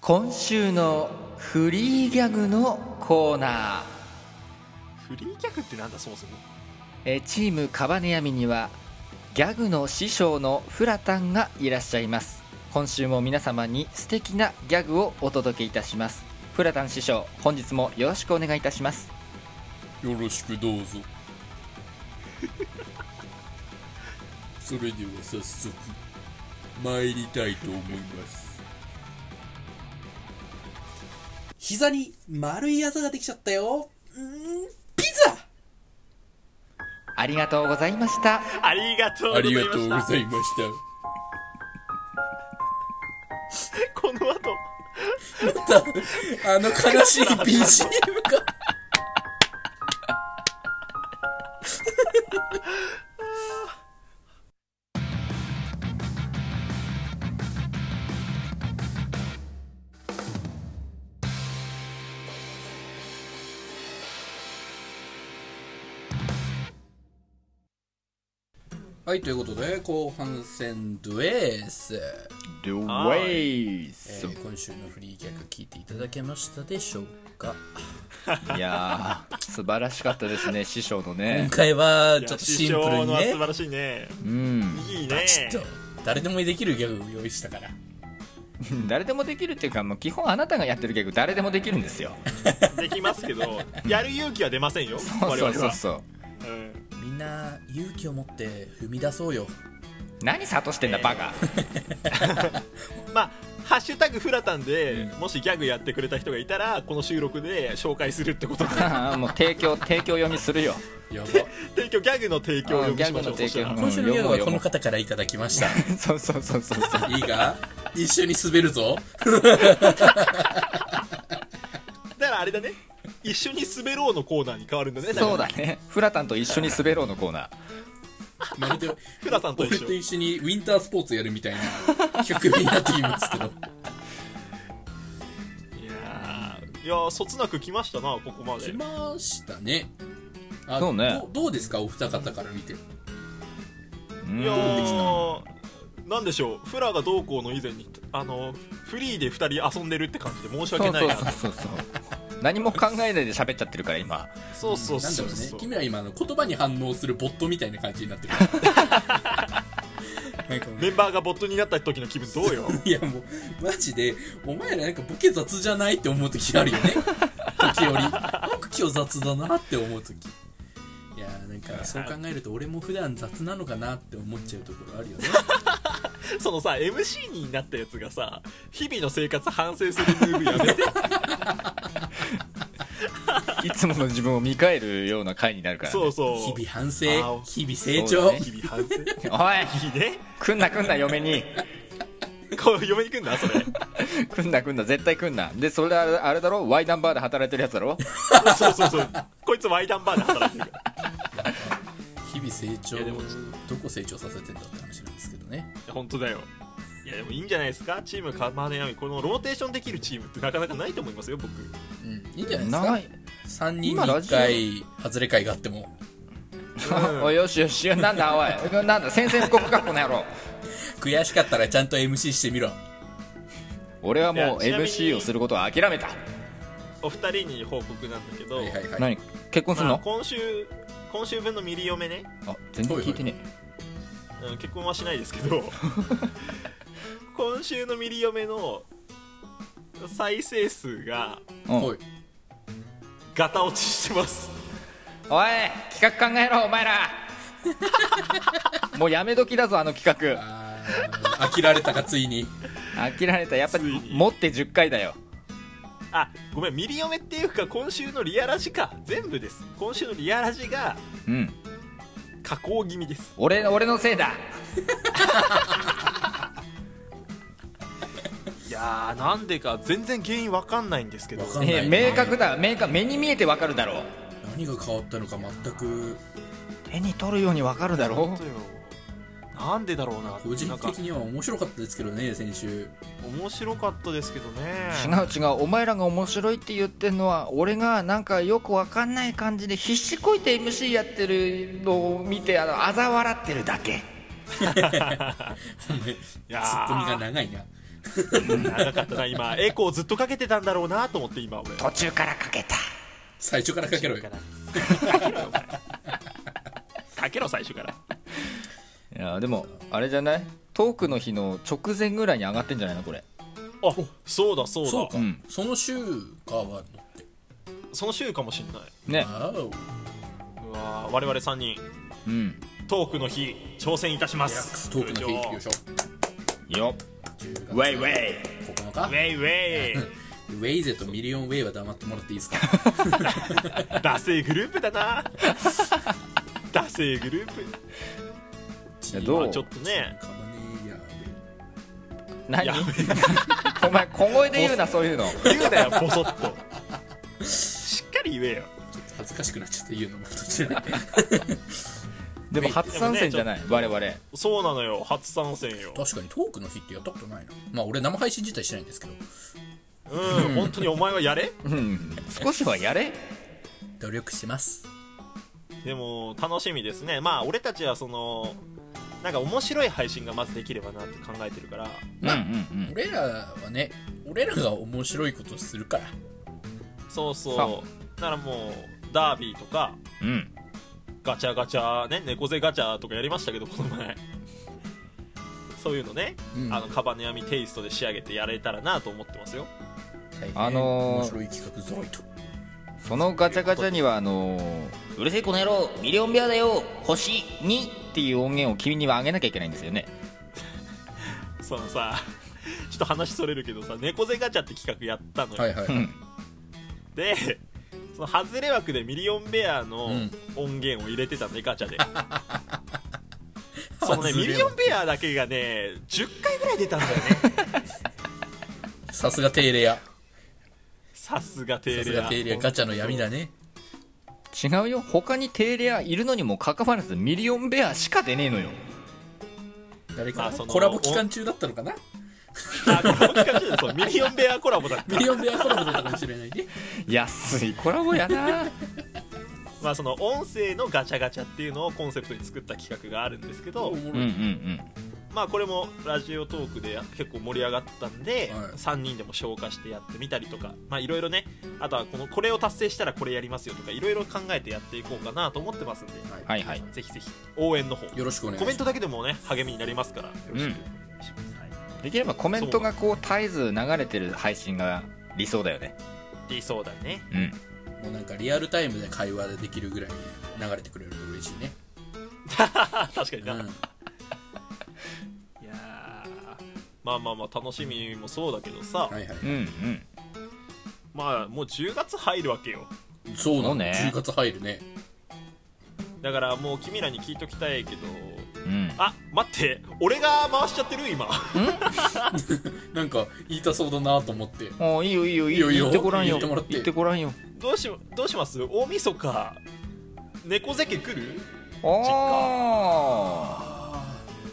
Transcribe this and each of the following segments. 今週のフリーギャグのコーナーフリーギャグってなんだそもそもえーチームカバネヤミにはギャグの師匠のフラタンがいらっしゃいます今週も皆様に素敵なギャグをお届けいたしますフラタン師匠本日もよろしくお願いいたしますよろしくどうぞそれでは早速参りたいと思います膝に丸いあざができちゃったよ。うーん、ピザありがとうございましたありがとうごあざいりまがしとたうございましたこの後あの悲しい BGM が。はい、ということで、後半戦です。はえー今週のフリーギャグ聞いていただけましたでしょうかいやー素晴らしかったですね師匠のね今回はいやちょっとシンプル師匠にのは素ね晴らしいねうんいいねちょっと誰でもできるギャグを用意したから誰でもできるっていうかもう基本あなたがやってるギャグ誰でもできるんですよできますけどやる勇気は出ませんよそう我そ々うそうはそううんみんな勇気を持って踏み出そうよ何諭してんだバカまあ「ハッシュタグフラタン」でもしギャグやってくれた人がいたらこの収録で紹介するっ てことでもう提供提供読みするよやば提供ギャグの提供を呼びしましょうギャグの提供そしたらうん今週のギ読ャグはもう読もうこの方からいただきました そうそうそうそうそういいか一緒に滑るぞだからあれだね一緒に滑ろうのコーナーに変わるんだねそうだからねフラタンと一緒に滑ろうのコーナまるでフラさんと俺一と緒一緒にウィンタースポーツやるみたいな曲になっていますけどいやーいやーそつなく来ましたなここまで来ましたねあそうねどどうですかお二方から見ていやーーなんでしょうフラがどうこうの以前にあのフリーで2人遊んでるって感じで申しそ訳うないそうなそうそうそう何も考えないで喋っちゃってるから今そうそうなんだそろううねそう君は今あの言葉に反応するボットみたいな感じにな ってるなんかもメンバーがボットになった時の気分どう よういやもうマジでお前らなんかボケ雑じゃないって思う時あるよ ね時折なんか今日雑だなって思う時いやーなんかそう考えると俺も普段雑なのかなって思っちゃうところあるよねそのさ MC になったやつがさ日々の生活反省するムー ブやめていつもの自分を見返るような回になるから、ね、そうそう日々反省あー日々成そう長、だね日々反省いおいいね来んな来んな嫁にこう嫁に行くんだそれ 来んな来んな絶対来んなでそれあれあれだろ Y ナンバーで働いてるやつだろそうそうそうこいつワイダンバーで働いてるから日々成長いやでもどこ成長させてんだって話なんですけどねいや本当だよいやでもいいんじゃないですかチームカマネヤミこのローテーションできるチームってなかなかないと思います よ僕うんいいんじゃないですかない3人に今ラ1ジオ回外れ会があっても おいよしよしなんだおいなんだ宣戦布告かこの野郎悔しかったらちゃんと MC してみろ俺はもういやちなみに MC をすることは諦めたお二人に報告なんだけど、はいはいはい何結婚するまあの今週今週分のミリ嫁ね、あ全然聞いてねうん、結婚はしないですけ ど今週のミリ嫁の再生数がえうんはいガタ落ちしてますおい企画考えろお前らもうやめ時だぞあの企画あー飽きられたかついに飽きられたやっぱついに持って10回だよあごめんミリ嫁っていうか今週のリアラジか全部です今週のリアラジがうん加工気味です俺俺のせいだいやーなんでか全然原因わかんないんですけどわかんないえ明確だ明確目に見えてわかるだろう何が変わったのか全く手に取るようにわかるだろ本当よなんでだろうな個人なんか的には面白かったですけどね先週面白かったですけど違ねう違うお前らが面白いって言ってんのは俺がなんかよくわかんない感じで必死こいて MC やってるのを見てあの嘲笑ってるだけツやーッコミが長いな長かったな今エコーずっとかけてたんだろうなと思って今俺途中からかけた最初からかけろよかけろ最初からいやでもあれじゃないトークの日の直前ぐらいに上がってんじゃないのこれあそうだそうだそうそか、うんその週かはのっての週かもしんないねあおうわー我々3人うんトークの日挑戦いたしまリラックすストークの日行きましょようウェイウェイ9日ウェイウェイウェイゼとミリオンウェイは黙ってもらっていいですか ダセーグループだな ダセーグループやどうまあちょっとねカバネイヤー何いやお前小声で言うなそう いうの言うなよボソッとしっかり言えよでちょっと恥ずかしくなっちゃって言うのも途中ででも初参戦じゃない我々そうなのよ初参戦よ確かにトークの日ってやったことないなまあ俺生配信自体してないんですけどうん本当にお前はやれうん少しはやれ努力しますでも楽しみですねまあ俺たちはそのなんか面白い配信がまずできればなって考えてるからうんうんうん俺らはね俺らが面白いことするからそうそうそならもうダービーとかうんガチャガチャね猫背ガチャとかやりましたけどこの前 そういうのね、うんあのカバネアミテイストで仕上げてやれたらなと思ってますよ大変あのー面白い企画ぞろいとそのガチャガチャにはあのーうるせえこの野郎ミリオンベアだよ星2」っていう音源を君にはあげなきゃいけないんですよねそのさ ちょっと話それるけどさ猫背ガチャって企画やったのよ、はいはい、 うんでその外れ枠でミリオンベアのうん音源を入れてたね、ガチャ でそのね外れミ枠リオンベアだけがね10回ぐらい出たんだよね さすが定例やさすがさテすーレがア定例やガチャの闇だね違うよ他にテーレアいるのにもかかわらずミリオンベアしか出ねえのよ誰まかあそのコラボ期間中だったの かなあこの企画中でそうミリオンベアコラボだったミリオンベアコラボだったかもしれないね安いコラボやなまあその音声のガチャガチャっていうのをコンセプトに作った企画があるんですけど、おもうんうろいんまあこれもラジオトークで結構盛り上がったんで、はい3人でも消化してやってみたりとかまあいろいろねあとはこのこれを達成したらこれやりますよとかいろいろ考えてやっていこうかなと思ってますんで、うんはいはいぜひぜひ応援の方よろしくお願いコしまメンすトだけでもね励みになりますからよろしくお願いします、はできればコメントがこう絶えず流れてる配信が理想だよねい、理想だねうんもうなんかリアルタイムで会話でできるぐらい流れてくれると嬉しいね、 あ確かにうな、んい、やーまあまあまあ楽しみもそうだけどさ、はいはうんまあもう10月入るわけよいそうなそのうね10月入るねだからもう君らに聞いときたいけどうんうんあ待って俺が回しちゃってる 今なんか言いたそうだなと思ってあいいよいいよいいよいいよ言ってごらんよ言ってもらって言ってごらんよどうしどうします大晦日猫背家来るああ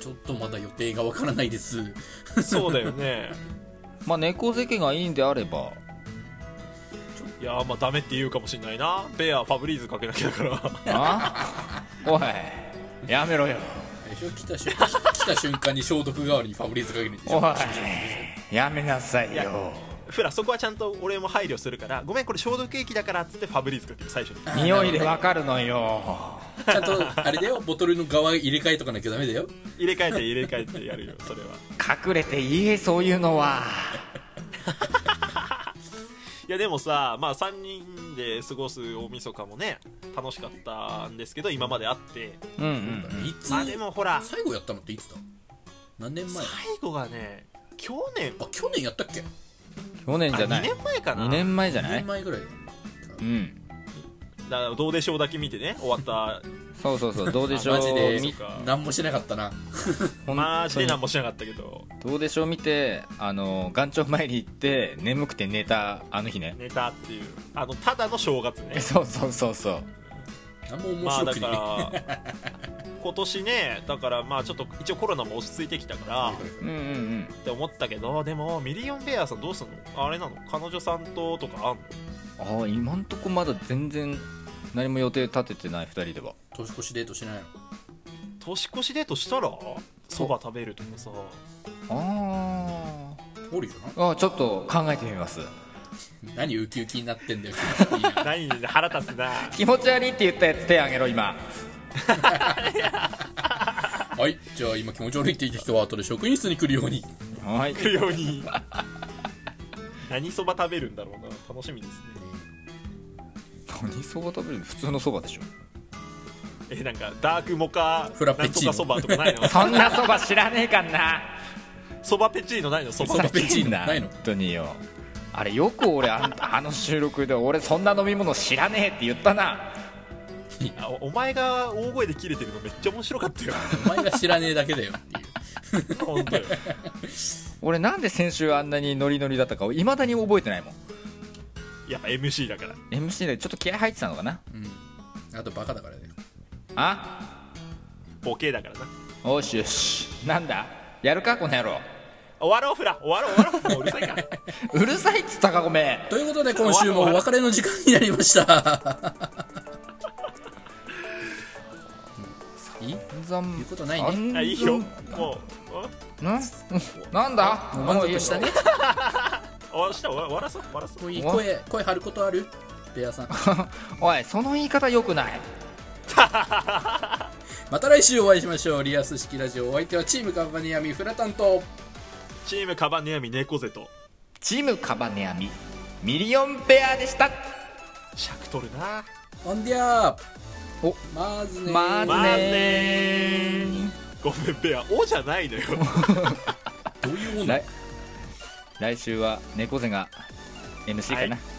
ちょっとまだ予定がわからないですそうだよ ねまあ猫背家がいいんであればいやーまあダメって言うかもしんないなベアファブリーズかけなきゃだからあおいやめろよ最初来た瞬間来た瞬間に消毒代わりにファブリーズかけるんでしおょいやめなさいいやよフラそこはちゃんと俺も配慮するからごめんこれ消毒液だからっつってファブリーズかける最初に匂いでわかるのよちゃんとあれだよボトルの側入れ替えとかなきゃダメだよ入れ替えて入れ替えてやるよそれは隠れて言えそういうのはいやでもさまあ3人で過ごす大晦日もね楽しかったんですけど今まであってうんういつ、まあでもほら最後やったのっていつだ何年最前あ後がね去年去年やったっけ去年あじゃな2い年前かな2年前じゃ2ない年前ぐらいうんだからどうでしょうだけ見てね終わったそうそうそうどうでしょうあマジでみ何もしなかったなほんマジで何もしなかったけどどうでしょう見てあの岩頂参り行って眠くて寝たあの日ねネタっていうあのただの正月 ねそうそうそうそう何も面まあ白だくかねら今年ねだからまあちょっと一応コロナも落ち着いてきたからうんうんうんって思ったけどでもミリオンベアさんどうすんのあれなの彼女さんととかあんのああ今んとこまだ全然何も予定立ててない2人では年越しデートしないの年越しデートしたらそば食べるとかさああおるよなあちょっと考えてみます何ウキウキになってんだよ気持ち悪いな何腹立つな気持ち悪いって言ったやつ手挙げろ今はいじゃあ今気持ち悪いって言った人は後で職員室に来るように はい来るように何そば食べるんだろうな楽しみですね何そば食べるの普通のそばでしょえなんかダークモカフラペチーノなんとかそばとかない のそんなそば知らねえかん なそばペチーノないのそばそばペチーノなないの本当によあれよく俺あんあの収録で俺そんな飲み物知らねえって言ったなあおお前が大声で切れてるのめっちゃ面白かったよお前が知らねえだけだよっていう本当よ俺なんで先週あんなにノリノリだったかいまだに覚えてないもんやっぱ MC だから MC でちょっと気合入ってたのかなうんあとバカだからだよあボケだからなおしよしなんだやるかこの野郎終わろうフラ終わろう終わろうもううるさいからうるさいっつったかごめんということで今週もお別れの時間になりましたいいざん言うことないねざんあいいよもうななんだもう満足したねおあした終わ終わらそう終わらそうもういい声声張ることあるベアさん おいその言い方よくないまた来週お会いしましょうリアス式ラジオお相手はチームカンパニアミフラタンとチームカバネアミ猫背とチムカバネアミミリオンペアでした尺取るなオンディアーおまずねまずねまずねごめんペアおじゃないのよどういうもんだ来来週は猫背が MC かな、はい